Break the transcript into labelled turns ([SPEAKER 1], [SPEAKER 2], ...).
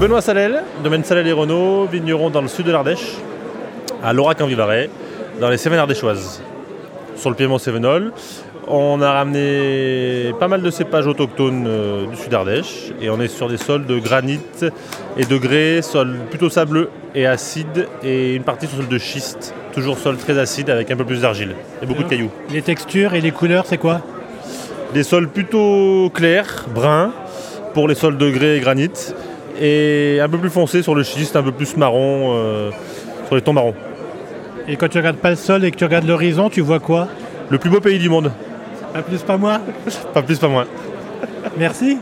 [SPEAKER 1] Benoît Salel, domaine Salel et Renault, vigneron dans le sud de l'Ardèche, à Laurac en Vivarais, dans les Cévennes ardéchoises, sur le Piémont Cévenol. On a ramené pas mal de cépages autochtones euh, du sud d'Ardèche et on est sur des sols de granit et de grès, sols plutôt sableux et acides et une partie sur sol de schiste, toujours sol très acide avec un peu plus d'argile et beaucoup de cailloux.
[SPEAKER 2] Les textures et les couleurs, c'est quoi
[SPEAKER 1] Des sols plutôt clairs, bruns, pour les sols de grès et granit, et un peu plus foncés sur le schiste, un peu plus marron, euh, sur les tons marrons.
[SPEAKER 2] Et quand tu regardes pas le sol et que tu regardes l'horizon, tu vois quoi
[SPEAKER 1] Le plus beau pays du monde,
[SPEAKER 2] Pas plus, pas moi
[SPEAKER 1] pas plus, pas moins.
[SPEAKER 2] Merci